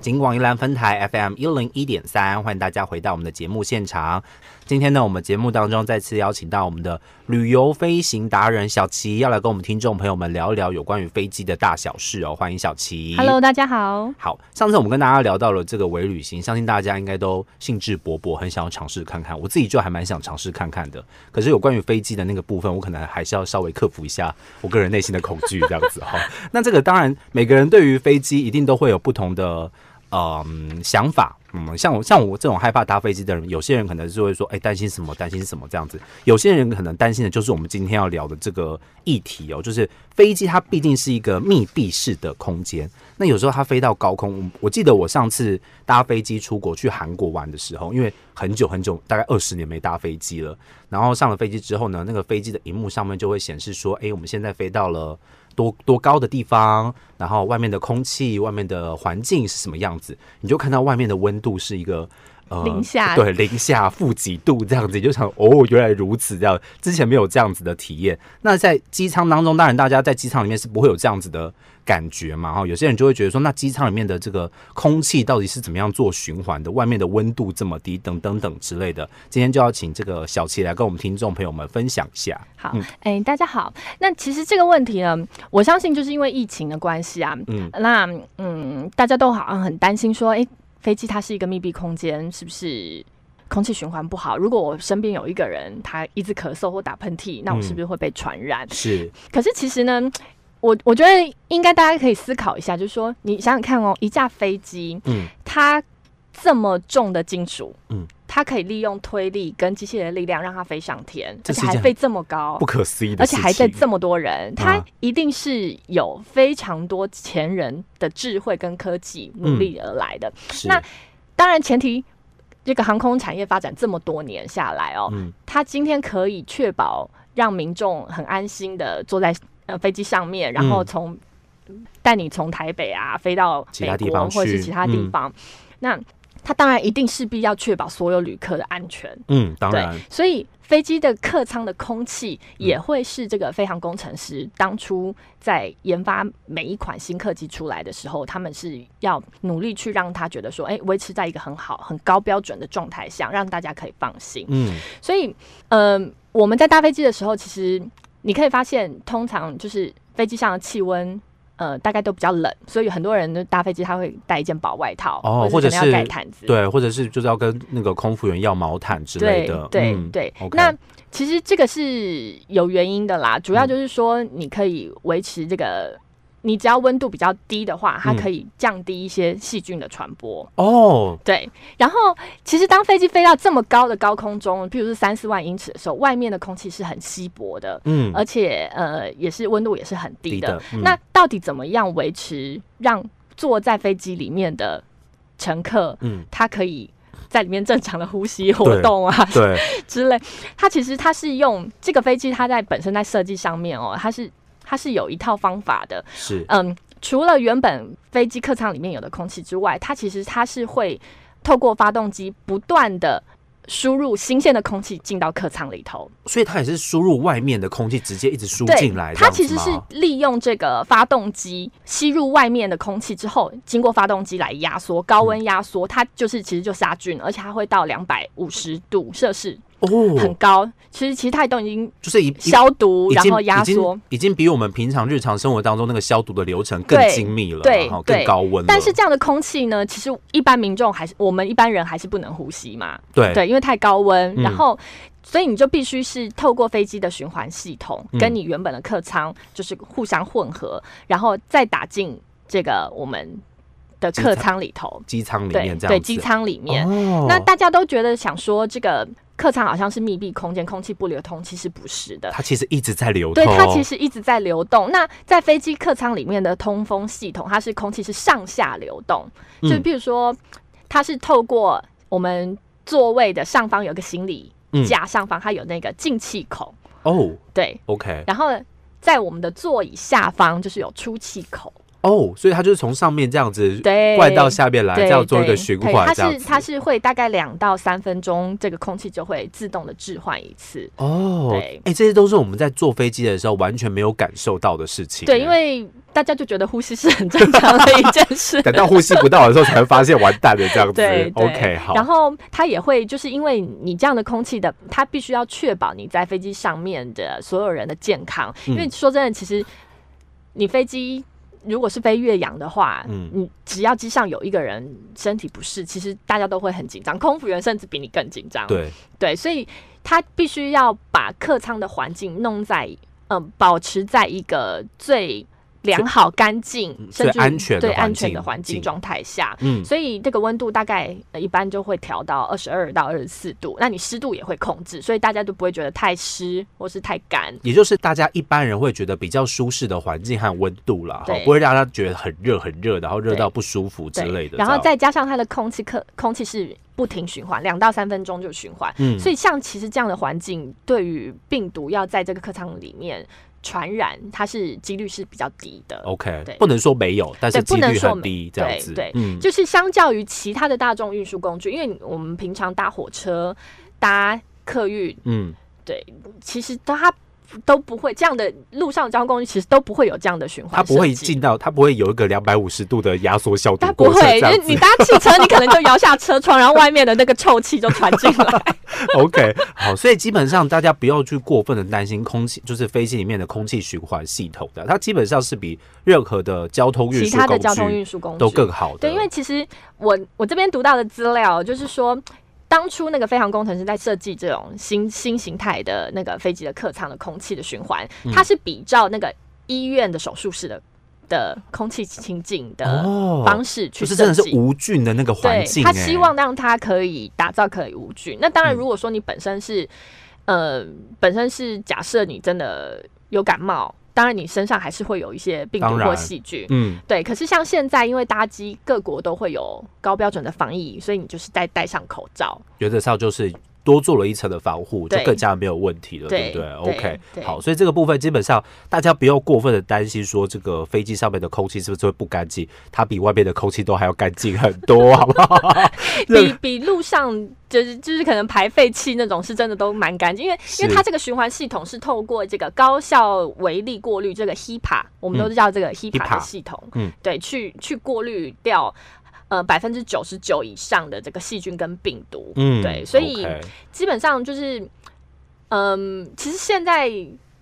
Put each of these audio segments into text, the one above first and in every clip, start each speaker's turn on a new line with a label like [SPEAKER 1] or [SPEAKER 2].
[SPEAKER 1] 金广宜兰分台 FM 一零一点三，欢迎大家回到我们的节目现场。今天呢，我们节目当中再次邀请到我们的旅游飞行达人小齐，要来跟我们听众朋友们聊一聊有关于飞机的大小事哦。欢迎小齐。
[SPEAKER 2] Hello，大家好。
[SPEAKER 1] 好，上次我们跟大家聊到了这个微旅行，相信大家应该都兴致勃勃，很想要尝试看看。我自己就还蛮想尝试看看的，可是有关于飞机的那个部分，我可能还是要稍微克服一下我个人内心的恐惧，这样子哈。那这个当然，每个人对于飞机一定都会有不同的嗯想法。嗯，像我像我这种害怕搭飞机的人，有些人可能是会说，哎、担心什么，担心什么这样子。有些人可能担心的就是我们今天要聊的这个议题哦，就是飞机它毕竟是一个密闭式的空间，那有时候它飞到高空，我我记得我上次搭飞机出国去韩国玩的时候，因为很久很久，大概二十年没搭飞机了。然后上了飞机之后呢，那个飞机的荧幕上面就会显示说，哎，我们现在飞到了多多高的地方，然后外面的空气、外面的环境是什么样子，你就看到外面的温度是一个。呃
[SPEAKER 2] 零下
[SPEAKER 1] 对零下负几度这样子，你就想哦，原来如此这样，之前没有这样子的体验。那在机舱当中，当然大家在机舱里面是不会有这样子的感觉嘛，哈、有些人就会觉得说，那机舱里面的这个空气到底是怎么样做循环的？外面的温度这么低，等等等之类的。今天就要请这个小齐来跟我们听众朋友们分享一下。
[SPEAKER 2] 好
[SPEAKER 1] 嗯，
[SPEAKER 2] 哎、大家好。那其实这个问题呢，我相信就是因为疫情的关系啊，
[SPEAKER 1] 嗯
[SPEAKER 2] 那嗯，大家都好像很担心说，哎、飞机它是一个密闭空间，是不是空气循环不好？如果我身边有一个人他一直咳嗽或打喷嚏，那我是不是会被传染？
[SPEAKER 1] 是，
[SPEAKER 2] 可是其实呢，我我觉得应该大家可以思考一下，就是说，你想想看哦，一架飞机
[SPEAKER 1] 嗯
[SPEAKER 2] 它这么重的金属，
[SPEAKER 1] 嗯
[SPEAKER 2] 嗯。它可以利用推力跟机械的力量让它飞上天，
[SPEAKER 1] 这
[SPEAKER 2] 而
[SPEAKER 1] 是一
[SPEAKER 2] 且还
[SPEAKER 1] 件
[SPEAKER 2] 飞这么高，
[SPEAKER 1] 不可思议的
[SPEAKER 2] 而
[SPEAKER 1] 事
[SPEAKER 2] 且
[SPEAKER 1] 情，
[SPEAKER 2] 还在这么多人，他
[SPEAKER 1] 啊
[SPEAKER 2] 一定是有非常多前人的智慧跟科技努力
[SPEAKER 1] 嗯
[SPEAKER 2] 而来的。
[SPEAKER 1] 是
[SPEAKER 2] 那当然，前提这个航空产业发展这么多年下来哦，
[SPEAKER 1] 嗯
[SPEAKER 2] 它今天可以确保让民众很安心的坐在呃飞机上面，然后从呃带你从台北啊飞到
[SPEAKER 1] 嗯其他
[SPEAKER 2] 美
[SPEAKER 1] 地
[SPEAKER 2] 国
[SPEAKER 1] 方
[SPEAKER 2] 或者是
[SPEAKER 1] 去
[SPEAKER 2] 其他地
[SPEAKER 1] 嗯
[SPEAKER 2] 方，那它当然一定势必要确保所有旅客的安全。
[SPEAKER 1] 嗯，当
[SPEAKER 2] 对
[SPEAKER 1] 然，
[SPEAKER 2] 所以飞机的客舱的空气
[SPEAKER 1] 嗯
[SPEAKER 2] 也会是这个飞航工程师当初在研发每一款新客机出来的时候，他们是要努力去让他觉得说，哎、维持在一个很好、很高标准的状态下，让大家可以放心。
[SPEAKER 1] 嗯
[SPEAKER 2] 所以，嗯、我们在搭飞机的时候，其实你可以发现，通常就是飞机上的气温。呃，大概都比较冷，所以很多人就搭飞机他会带一件薄外套，
[SPEAKER 1] 哦
[SPEAKER 2] 或
[SPEAKER 1] 或者
[SPEAKER 2] 者可能
[SPEAKER 1] 是
[SPEAKER 2] 要盖毯子，
[SPEAKER 1] 对，或者是就是要跟那个空服员要毛毯之类的，
[SPEAKER 2] 对对、
[SPEAKER 1] 嗯
[SPEAKER 2] 对
[SPEAKER 1] OK
[SPEAKER 2] 那其实这个是有原因的啦，主要
[SPEAKER 1] 嗯
[SPEAKER 2] 就是说你可以维持这个。你只要温度比较低的话，它
[SPEAKER 1] 嗯
[SPEAKER 2] 可以降低一些细菌的传播。
[SPEAKER 1] 哦，
[SPEAKER 2] 对，然后其实当飞机飞到这么高的高空中，譬如是三四万英尺的时候，外面的空气是很稀薄的，
[SPEAKER 1] 嗯，
[SPEAKER 2] 而且呃也是温度也是很低的。
[SPEAKER 1] 嗯
[SPEAKER 2] 那到底怎么样维持让坐在飞机里面的乘客，
[SPEAKER 1] 嗯
[SPEAKER 2] 他可以在里面正常的呼吸活动啊，
[SPEAKER 1] 对，
[SPEAKER 2] 之类。它其实它是用这个飞机，它在本身在设计上面哦，它是它是有一套方法的。
[SPEAKER 1] 是
[SPEAKER 2] 嗯，除了原本飞机客舱里面有的空气之外，它其实它是会透过发动机不断的输入新鲜的空气进到客舱里头。
[SPEAKER 1] 所以它也是输入外面的空气，直接一直输
[SPEAKER 2] 对
[SPEAKER 1] 进来，，这
[SPEAKER 2] 它
[SPEAKER 1] 样子
[SPEAKER 2] 其实是
[SPEAKER 1] 吗
[SPEAKER 2] 利用这个发动机吸入外面的空气之后，经过发动机来压缩，高温
[SPEAKER 1] 嗯
[SPEAKER 2] 压缩，它就是其实就杀菌，而且它会到两百五十度摄氏，很
[SPEAKER 1] 哦，
[SPEAKER 2] 高。其实其实它都已经
[SPEAKER 1] 就是一一
[SPEAKER 2] 消毒，
[SPEAKER 1] 已
[SPEAKER 2] 然
[SPEAKER 1] 经
[SPEAKER 2] 后压
[SPEAKER 1] 已经嗯
[SPEAKER 2] 缩。
[SPEAKER 1] 已经比我们平常日常生活当中那个消毒的流程更
[SPEAKER 2] 对
[SPEAKER 1] 精密了，
[SPEAKER 2] 对
[SPEAKER 1] 然后
[SPEAKER 2] 对
[SPEAKER 1] 更高温了。
[SPEAKER 2] 但是这样的空气呢，其实一般民众还是我们一般人还是不能呼吸嘛，
[SPEAKER 1] 对
[SPEAKER 2] 对，因为太高温，
[SPEAKER 1] 嗯
[SPEAKER 2] 然后。所以你就必须是透过飞机的循环系统，
[SPEAKER 1] 嗯
[SPEAKER 2] 跟你原本的客舱就是互相混合，然后再打进这个我们的
[SPEAKER 1] 机舱
[SPEAKER 2] 客舱里头，
[SPEAKER 1] 机舱里
[SPEAKER 2] 对
[SPEAKER 1] 面这样
[SPEAKER 2] 对，
[SPEAKER 1] 子，
[SPEAKER 2] 机舱里面。
[SPEAKER 1] 哦，
[SPEAKER 2] 那大家都觉得想说这个客舱好像是密闭空间，空气不流通，其实不是的，
[SPEAKER 1] 它其实一直在流通，
[SPEAKER 2] 对，它其实一直在流动。那在飞机客舱里面的通风系统，它是空气是上下流动，
[SPEAKER 1] 嗯
[SPEAKER 2] 就比如说，它是透过我们座位的上方有个行李
[SPEAKER 1] 嗯
[SPEAKER 2] 架上方，它有那个进气口，
[SPEAKER 1] 哦
[SPEAKER 2] 对，
[SPEAKER 1] ，OK，
[SPEAKER 2] 然后在我们的座椅下方就是有出气口，
[SPEAKER 1] 哦，所以它就是从上面这样子
[SPEAKER 2] 对，
[SPEAKER 1] 灌到下面来，
[SPEAKER 2] 对
[SPEAKER 1] 这样做一个
[SPEAKER 2] 对
[SPEAKER 1] 循
[SPEAKER 2] 对
[SPEAKER 1] 环，
[SPEAKER 2] 它
[SPEAKER 1] 这样
[SPEAKER 2] 是
[SPEAKER 1] 子
[SPEAKER 2] 它是会大概两到三分钟，这个空气就会自动的置换一次。
[SPEAKER 1] 哦，
[SPEAKER 2] 对
[SPEAKER 1] 哎，这些都是我们在坐飞机的时候完全没有感受到的事情，
[SPEAKER 2] 对，
[SPEAKER 1] 哎。
[SPEAKER 2] 因为大家就觉得呼吸是很正常的一件 事
[SPEAKER 1] 等到呼吸不到的时候，才会发现完蛋了这样子。
[SPEAKER 2] 对对
[SPEAKER 1] OK，好。
[SPEAKER 2] 然后它也会就是因为你这样的空气的，它必须要确保你在飞机上面的所有人的健康，
[SPEAKER 1] 嗯
[SPEAKER 2] 因为说真的，其实你飞机。如果是飞越洋的话，
[SPEAKER 1] 嗯
[SPEAKER 2] 你只要机上有一个人身体不适，其实大家都会很紧张，空服员甚至比你更紧张。
[SPEAKER 1] 对，
[SPEAKER 2] 对，所以他必须要把客舱的环境弄在，嗯、保持在一个最良好、干净，
[SPEAKER 1] 最
[SPEAKER 2] 甚至
[SPEAKER 1] 安全的
[SPEAKER 2] 对
[SPEAKER 1] 环
[SPEAKER 2] 安全的
[SPEAKER 1] 境
[SPEAKER 2] 环境
[SPEAKER 1] 境
[SPEAKER 2] 状态下。
[SPEAKER 1] 嗯，
[SPEAKER 2] 所以这个温度大概呃一般就会调到二十二到二十四度，那你湿度也会控制，所以大家都不会觉得太湿或是太干。
[SPEAKER 1] 也就是大家一般人会觉得比较舒适的环境和温度啦，哈
[SPEAKER 2] 对，
[SPEAKER 1] 不会让他觉得很热很热，然后热
[SPEAKER 2] 对
[SPEAKER 1] 到不舒服之类的。这
[SPEAKER 2] 然后
[SPEAKER 1] 样
[SPEAKER 2] 再加上它的空气客空气是不停循环，两到三分钟就循环，
[SPEAKER 1] 嗯
[SPEAKER 2] 所以像其实这样的环境，对于病毒要在这个客舱里面传染，它是几率是比较低的。
[SPEAKER 1] OK，
[SPEAKER 2] 对
[SPEAKER 1] 不能说没有，但是
[SPEAKER 2] 对
[SPEAKER 1] 几
[SPEAKER 2] 不能
[SPEAKER 1] 率
[SPEAKER 2] 说
[SPEAKER 1] 很
[SPEAKER 2] 没
[SPEAKER 1] 低，这样
[SPEAKER 2] 对
[SPEAKER 1] 子。
[SPEAKER 2] 对
[SPEAKER 1] 嗯，
[SPEAKER 2] 就是相较于其他的大众运输工具，因为我们平常搭火车、搭客运，
[SPEAKER 1] 嗯，
[SPEAKER 2] 对，其实它都不会这样的路上的交通工具，其实都不会有这样的循环。
[SPEAKER 1] 它不会进。到，它不会有一个两百五十度的压缩消毒
[SPEAKER 2] 它不
[SPEAKER 1] 过程，这
[SPEAKER 2] 会，就
[SPEAKER 1] 样
[SPEAKER 2] 是
[SPEAKER 1] 子
[SPEAKER 2] 你。搭汽车，你可能就摇下车窗，然后外面的那个臭气就传进来。
[SPEAKER 1] OK，好，所以基本上大家不要去过分的担心空气，就是飞机里面的空气循环系统的，它基本上是比任何的交通运
[SPEAKER 2] 其
[SPEAKER 1] 输
[SPEAKER 2] 他的
[SPEAKER 1] 工
[SPEAKER 2] 交通运
[SPEAKER 1] 具
[SPEAKER 2] 输工具
[SPEAKER 1] 都更好的。
[SPEAKER 2] 对，因为其实我我这边读到的资料就是说。当初那个飞航工程师在设计这种新新形态的那个飞机的客舱的空气的循环，
[SPEAKER 1] 嗯
[SPEAKER 2] 它是比照那个医院的手术室的的空气清净的
[SPEAKER 1] 哦，
[SPEAKER 2] 方式呃去
[SPEAKER 1] 就是
[SPEAKER 2] 设计，
[SPEAKER 1] 真的是无菌的那个环
[SPEAKER 2] 对
[SPEAKER 1] 境、欸，嗯
[SPEAKER 2] 他希望让它可以打造可以无菌。那当然，如果说你本身是、呃本身是假设你真的有感冒，当然你身上还是会有一些病毒
[SPEAKER 1] 当然
[SPEAKER 2] 或细菌，
[SPEAKER 1] 嗯，
[SPEAKER 2] 对，可是像现在，因为搭机各国都会有高标准的防疫，所以你就是戴戴上口罩。
[SPEAKER 1] 原则上就是多做了一层的防护，就
[SPEAKER 2] 对
[SPEAKER 1] 更加没有问题了，对
[SPEAKER 2] 对
[SPEAKER 1] 不对
[SPEAKER 2] 对
[SPEAKER 1] ？OK，
[SPEAKER 2] 对
[SPEAKER 1] 好，所以这个部分基本上大家不要过分的担心说这个飞机上面的空气是不是会不干净，它比外面的空气都还要干净很多，好不好？
[SPEAKER 2] 比比路上就是就是可能排废气那种是真的都蛮干净，因为因
[SPEAKER 1] 是
[SPEAKER 2] 为它这个循环系统是透过这个高效微粒过滤这个 HEPA，我
[SPEAKER 1] 嗯
[SPEAKER 2] 们都知道这个 HEPA
[SPEAKER 1] HEPA
[SPEAKER 2] 的系统，
[SPEAKER 1] 嗯
[SPEAKER 2] 对，去去过滤掉。呃，百分之九十九以上的这个细菌跟病毒，
[SPEAKER 1] 嗯
[SPEAKER 2] 对，所以
[SPEAKER 1] OK
[SPEAKER 2] 基本上就是，嗯，其实现在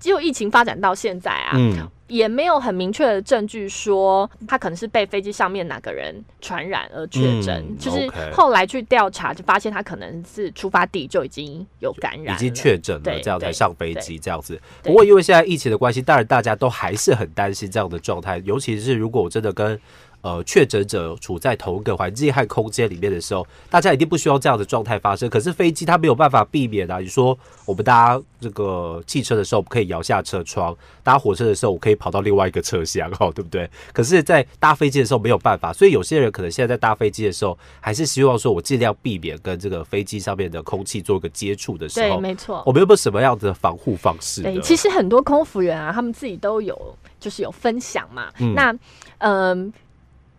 [SPEAKER 2] 就疫情发展到现在啊，
[SPEAKER 1] 嗯，
[SPEAKER 2] 也没有很明确的证据说他可能是被飞机上面哪个人传染而确诊，
[SPEAKER 1] 嗯
[SPEAKER 2] 就是
[SPEAKER 1] ，OK
[SPEAKER 2] 后来去调查就发现他可能是出发地就已经有感染了，
[SPEAKER 1] 已经确诊了，
[SPEAKER 2] 对
[SPEAKER 1] 这样才
[SPEAKER 2] 对
[SPEAKER 1] 上飞
[SPEAKER 2] 对
[SPEAKER 1] 机这样子。
[SPEAKER 2] 对
[SPEAKER 1] 不过因为现在疫情的关系，当然大家都还是很担心这样的状态，尤其是如果我真的跟呃确诊者处在同一个环境和空间里面的啊时候，大家一定不需要这样的状态发生。可是飞机它没有办法避免啊。你说我们搭这个汽车的时候，我们可以摇下车窗；搭火车的时候，我可以跑到另外一个车厢，哦，对不对？可是，在搭飞机的时候没有办法，所以有些人可能现在在搭飞机的时候，还是希望说我尽量避免跟这个飞机上面的空气做一个接触的时
[SPEAKER 2] 对，
[SPEAKER 1] 候，
[SPEAKER 2] 没错
[SPEAKER 1] 我。们有没有什么样哦子的防护方式呢？
[SPEAKER 2] 对，其实很多空服员啊，他们自己都有就是有分享嘛。
[SPEAKER 1] 嗯
[SPEAKER 2] 那嗯、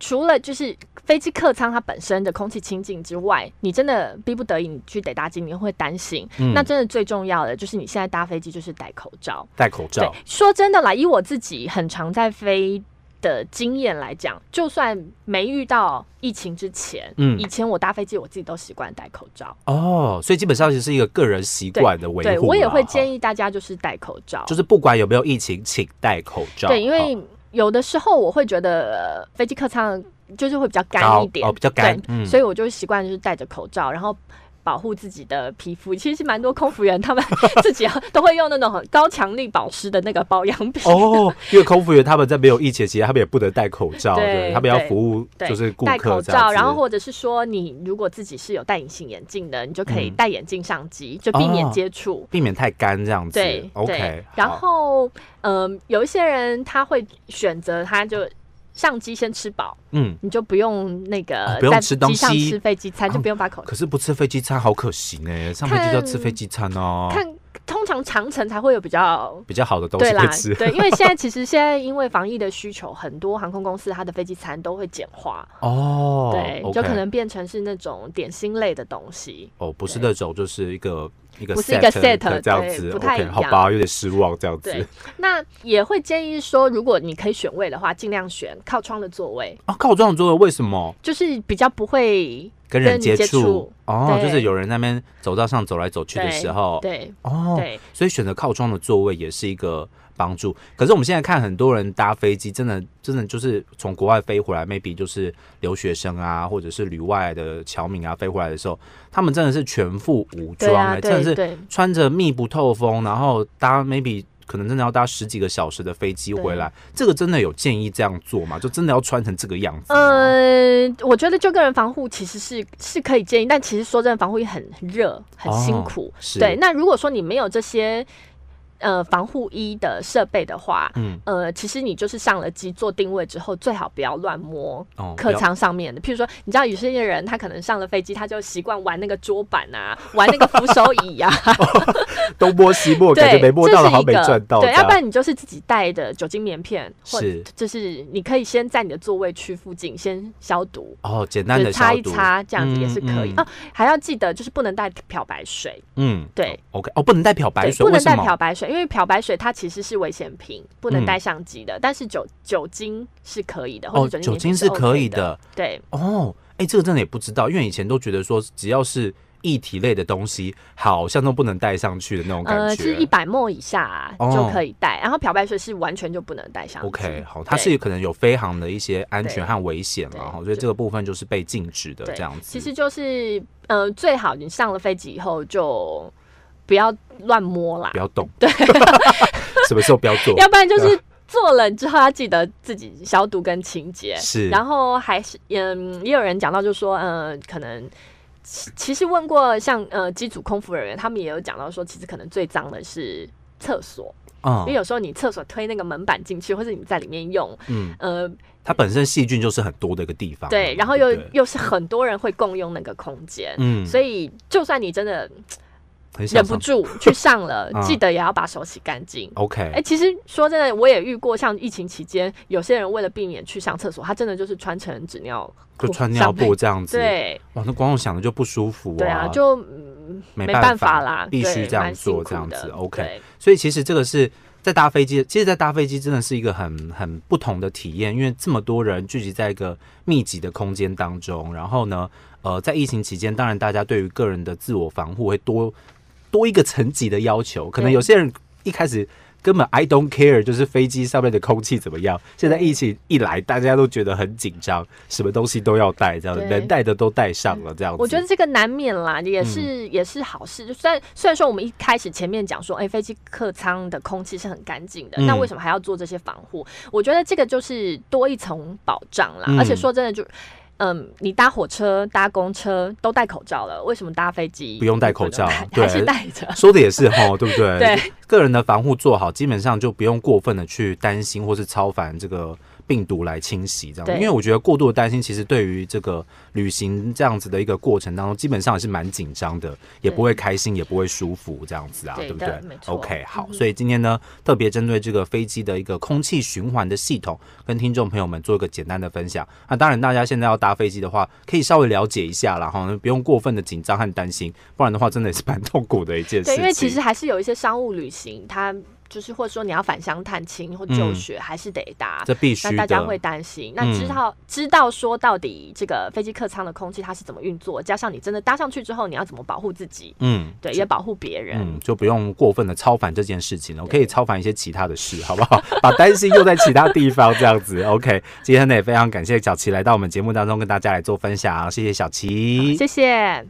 [SPEAKER 2] 除了就是飞机客舱它本身的空气清净之外，你真的逼不得已你去得搭机，你会担心。
[SPEAKER 1] 嗯
[SPEAKER 2] 那真的最重要的就是你现在搭飞机就是戴口罩。
[SPEAKER 1] 戴口
[SPEAKER 2] 对
[SPEAKER 1] 罩，，
[SPEAKER 2] 说真的啦，以我自己很常在飞的经验来讲，就算没遇到疫情之前，
[SPEAKER 1] 嗯
[SPEAKER 2] 以前我搭飞机我自己都习惯戴口罩。
[SPEAKER 1] 哦，所以基本上就是一个个人习惯的维护啦。
[SPEAKER 2] 对，我也会建
[SPEAKER 1] 议，
[SPEAKER 2] 议大家就是戴口罩，
[SPEAKER 1] 就是不管有没有疫情，请戴口罩。
[SPEAKER 2] 对，因为
[SPEAKER 1] 好
[SPEAKER 2] 有的时候我会觉得、呃飞机客舱就是会比较干一点，
[SPEAKER 1] 高哦比较干
[SPEAKER 2] 对
[SPEAKER 1] 嗯
[SPEAKER 2] 所以我就习惯就是戴着口罩，然后。保护自己的皮肤， 其实蛮多空服员他们自己啊都会用那种很高强力保湿的那个保养品，
[SPEAKER 1] 哦，因为空服员他们在没有疫情期间，他们也不能戴口罩，
[SPEAKER 2] 对
[SPEAKER 1] 对，他们要
[SPEAKER 2] 对
[SPEAKER 1] 服务
[SPEAKER 2] 对，
[SPEAKER 1] 就是顾
[SPEAKER 2] 戴
[SPEAKER 1] 客
[SPEAKER 2] 口
[SPEAKER 1] 这样
[SPEAKER 2] 罩，
[SPEAKER 1] 子
[SPEAKER 2] 然后或者是说你如果自己是有戴隐形眼镜的，你就可以
[SPEAKER 1] 嗯
[SPEAKER 2] 戴眼镜上机，就避免
[SPEAKER 1] 哦
[SPEAKER 2] 接触。
[SPEAKER 1] 避免太干这样子。
[SPEAKER 2] 对
[SPEAKER 1] o
[SPEAKER 2] 对
[SPEAKER 1] k
[SPEAKER 2] 然后嗯、有一些人他会选择他就上机先吃饱，
[SPEAKER 1] 嗯，
[SPEAKER 2] 你就不用那
[SPEAKER 1] 哦
[SPEAKER 2] 个
[SPEAKER 1] 不用
[SPEAKER 2] 在
[SPEAKER 1] 吃东
[SPEAKER 2] 机上
[SPEAKER 1] 西哦
[SPEAKER 2] 吃飞机餐，就不用把口
[SPEAKER 1] 欸可是不吃飞机餐好可惜呢，上飞机就要吃飞机餐哦。
[SPEAKER 2] 看通常长城才会有比较。
[SPEAKER 1] 比较好的东
[SPEAKER 2] 对
[SPEAKER 1] 西
[SPEAKER 2] 啦
[SPEAKER 1] 会吃，
[SPEAKER 2] 对，因为现在其实现在因为防疫的需求，很多航空公司它的飞机餐都会简化，
[SPEAKER 1] 哦，
[SPEAKER 2] 对
[SPEAKER 1] o k
[SPEAKER 2] 就可能变成是那种点心类的东西。
[SPEAKER 1] 哦，不是
[SPEAKER 2] 对
[SPEAKER 1] 那种，就是一个一个
[SPEAKER 2] 不是一个 set，
[SPEAKER 1] 这样
[SPEAKER 2] 对
[SPEAKER 1] 子
[SPEAKER 2] 不太
[SPEAKER 1] o
[SPEAKER 2] 一
[SPEAKER 1] k
[SPEAKER 2] 样
[SPEAKER 1] 好吧，有点失望这样
[SPEAKER 2] 对
[SPEAKER 1] 子。，
[SPEAKER 2] 那也会建议说，如果你可以选位的话，尽量选靠窗的座位，
[SPEAKER 1] 啊，靠撞桌的为什么
[SPEAKER 2] 就是比较不会
[SPEAKER 1] 跟
[SPEAKER 2] 跟
[SPEAKER 1] 人
[SPEAKER 2] 你
[SPEAKER 1] 接
[SPEAKER 2] 接触
[SPEAKER 1] 哦，就
[SPEAKER 2] 对
[SPEAKER 1] 是有人在那边走道上走来走去的时候，
[SPEAKER 2] 对
[SPEAKER 1] 哦，
[SPEAKER 2] 对
[SPEAKER 1] 所以选择靠窗的座位也是一个帮助。可是我们现在看很多人搭飞机，真的真的就是从国外飞回来，maybe 就是留学生啊，或者是旅外的侨民啊，飞回来的时候，他们真的是全副武装、
[SPEAKER 2] 对
[SPEAKER 1] 欸，
[SPEAKER 2] 啊，
[SPEAKER 1] 真的
[SPEAKER 2] 对
[SPEAKER 1] 是
[SPEAKER 2] 对
[SPEAKER 1] 穿着密不透风，然后搭 maybe 可能真的要搭十几个小时的飞机回来，这个真的有建议这样做吗？就真的要穿成这个样子吗？
[SPEAKER 2] 呃，我觉得就个人防护其实是是可以建议，但其实说真的，防护也很热，很辛
[SPEAKER 1] 哦
[SPEAKER 2] 苦。
[SPEAKER 1] 是
[SPEAKER 2] 对，那如果说你没有这些呃防护衣的设备的话，
[SPEAKER 1] 嗯
[SPEAKER 2] 呃，其实你就是上了机做定位之后，最好不要乱摸
[SPEAKER 1] 哦，
[SPEAKER 2] 客
[SPEAKER 1] 不要
[SPEAKER 2] 舱上面的。譬如说，你知道有些人他可能上了飞机，他就习惯玩那个桌板啊，玩那个扶手椅啊，
[SPEAKER 1] 东摸西摸，
[SPEAKER 2] 对，
[SPEAKER 1] 感觉
[SPEAKER 2] 这
[SPEAKER 1] 没摸到了，
[SPEAKER 2] 是一
[SPEAKER 1] 好像没
[SPEAKER 2] 个
[SPEAKER 1] 赚到这
[SPEAKER 2] 对，
[SPEAKER 1] 样。
[SPEAKER 2] 要不然你就是自己带的酒精棉片，或
[SPEAKER 1] 是
[SPEAKER 2] 就是你可以先在你的座位区附近先消毒。
[SPEAKER 1] 哦，简单
[SPEAKER 2] 就
[SPEAKER 1] 的
[SPEAKER 2] 擦
[SPEAKER 1] 消
[SPEAKER 2] 一
[SPEAKER 1] 毒，
[SPEAKER 2] 擦，这样子也是可以、
[SPEAKER 1] 嗯嗯
[SPEAKER 2] 啊。还要记得，就是不能带漂白水，
[SPEAKER 1] 嗯
[SPEAKER 2] 对
[SPEAKER 1] ，OK，哦，不能带漂白
[SPEAKER 2] 对，
[SPEAKER 1] 水，
[SPEAKER 2] 不
[SPEAKER 1] 为
[SPEAKER 2] 能
[SPEAKER 1] 什
[SPEAKER 2] 带
[SPEAKER 1] 么？
[SPEAKER 2] 漂白水，因为漂白水它其实是危险品，不能
[SPEAKER 1] 嗯
[SPEAKER 2] 带相机的。但是酒酒精是可以的，或
[SPEAKER 1] 哦，
[SPEAKER 2] 者
[SPEAKER 1] 酒精
[SPEAKER 2] 精
[SPEAKER 1] 是
[SPEAKER 2] 是
[SPEAKER 1] 可
[SPEAKER 2] OK
[SPEAKER 1] 以
[SPEAKER 2] 的。
[SPEAKER 1] 的
[SPEAKER 2] 对，
[SPEAKER 1] 哦，哎，这个真的也不知道，因为以前都觉得说只要是液体类的东西，好像都不能带上去的那种感
[SPEAKER 2] 呃，
[SPEAKER 1] 觉。
[SPEAKER 2] 是一百沫以下、啊
[SPEAKER 1] 哦
[SPEAKER 2] 就可以带，然后漂白水是完全就不能带相机。
[SPEAKER 1] OK，好，它
[SPEAKER 2] 对
[SPEAKER 1] 是可能有飞航的一些安全和危险
[SPEAKER 2] 对
[SPEAKER 1] 嘛，哈，
[SPEAKER 2] 对
[SPEAKER 1] 所以这个部分就是被禁止的
[SPEAKER 2] 对
[SPEAKER 1] 这样子。
[SPEAKER 2] 其实就是呃，最好你上了飞机以后就不要乱摸啦
[SPEAKER 1] 不，要动，对， 什么时候不要做？
[SPEAKER 2] 要不然
[SPEAKER 1] 啊
[SPEAKER 2] 就是做了之后要记得自己消毒跟清洁。
[SPEAKER 1] 是，
[SPEAKER 2] 然后还是嗯，也有人讲到，就说呃，可能其其实问过像呃机组空服人员，他们也有讲到说，其实可能最脏的是厕所，因为
[SPEAKER 1] 嗯
[SPEAKER 2] 有时候你厕所推那个门板进去，或者你在里面用，
[SPEAKER 1] 嗯，
[SPEAKER 2] 呃，
[SPEAKER 1] 它本身细菌就是很多的一个地方嘛，
[SPEAKER 2] 对，然后又
[SPEAKER 1] 对不对
[SPEAKER 2] 又是很多人会共用那个空间，
[SPEAKER 1] 嗯，
[SPEAKER 2] 所以就算你真的
[SPEAKER 1] 很想
[SPEAKER 2] 忍不
[SPEAKER 1] 上
[SPEAKER 2] 住去上了
[SPEAKER 1] 嗯，哦
[SPEAKER 2] 记得也要把手洗干净。哎、
[SPEAKER 1] OK，
[SPEAKER 2] 其实说真的，我也遇过，像疫情期间，有些人为了避免去上厕所，他真的就是穿成纸尿裤
[SPEAKER 1] 就穿
[SPEAKER 2] 上
[SPEAKER 1] 尿布
[SPEAKER 2] 飞，
[SPEAKER 1] 这样子，，
[SPEAKER 2] 对，
[SPEAKER 1] 哇，那光我想的就不舒服
[SPEAKER 2] 对啊，就嗯
[SPEAKER 1] 没
[SPEAKER 2] 没
[SPEAKER 1] 办
[SPEAKER 2] 办
[SPEAKER 1] 法
[SPEAKER 2] 法啦，
[SPEAKER 1] 必须
[SPEAKER 2] 对
[SPEAKER 1] 这样
[SPEAKER 2] 蛮辛
[SPEAKER 1] 做
[SPEAKER 2] 苦
[SPEAKER 1] 这样子
[SPEAKER 2] 的
[SPEAKER 1] OK
[SPEAKER 2] 对
[SPEAKER 1] 所以其实这个是在搭飞机，其实，在搭飞机真的是一个很很不同的体验，因为这么多人聚集在一个密集的空间当中，然后呢，呃，在疫情期间，当然大家对于个人的自我防护会多多一个层级的要求，可能
[SPEAKER 2] 对
[SPEAKER 1] 有些人一开始。根本 I don't care，就是飞机上面的空气怎么样。现在疫情一来，大家都觉得很紧张，什么东西都要带，这样子
[SPEAKER 2] 对
[SPEAKER 1] 能带的都带上了，这样子。
[SPEAKER 2] 我觉得这个难免啦，也是、
[SPEAKER 1] 嗯
[SPEAKER 2] 也是好事。就虽然虽然说我们一开始前面讲说，哎、飞机客舱的空气是很干净的，
[SPEAKER 1] 嗯
[SPEAKER 2] 那为什么还要做这些防护？我觉得这个就是多一层保障啦。
[SPEAKER 1] 嗯
[SPEAKER 2] 而且说真的就。嗯，你搭火车、搭公车都戴口罩了，为什么搭飞机
[SPEAKER 1] 不用戴口罩啊
[SPEAKER 2] 还
[SPEAKER 1] 对
[SPEAKER 2] 还是戴着？
[SPEAKER 1] 说的也是哈，对不对？
[SPEAKER 2] 对，
[SPEAKER 1] 个人的防护做好，基本上就不用过分的去担心或是超凡这个病毒来侵袭这样。
[SPEAKER 2] 对
[SPEAKER 1] 因为我觉得过度的担心，其实对于这个旅行这样子的一个过程当中，基本上也是蛮紧张的，也不会开心，也不会舒服这样子啊，
[SPEAKER 2] 对
[SPEAKER 1] 对不对
[SPEAKER 2] 的没错嗯
[SPEAKER 1] ？OK，好，所以今天呢，特别针对这个飞机的一个空气循环的系统，跟听众朋友们做一个简单的分享。那当然，大家现在要搭飞机的话，可以稍微了解一下啦，哈，不用过分的紧张和担心，不然的话，真的也是蛮痛苦的一件事
[SPEAKER 2] 对，
[SPEAKER 1] 情。
[SPEAKER 2] 因为其实还是有一些商务旅行，它就是或者说你要返乡探亲或就
[SPEAKER 1] 嗯
[SPEAKER 2] 学，还是得搭。
[SPEAKER 1] 这必须的，
[SPEAKER 2] 那
[SPEAKER 1] 嗯
[SPEAKER 2] 大家会担心。那知道、知道说到底这个飞机客舱的空气它是怎么运作，加上你真的搭上去之后，你要怎么保护自己？
[SPEAKER 1] 嗯。
[SPEAKER 2] 对，也保护别人。
[SPEAKER 1] 嗯，就不用过分的超凡这件事情了，我可以超凡一些其他的事，好不好？ 把担心用在其他地方，这样子。OK，今啊天呢也非常感谢小琪来到我们节目当中跟大家来做分享，谢谢小琪，
[SPEAKER 2] 谢谢。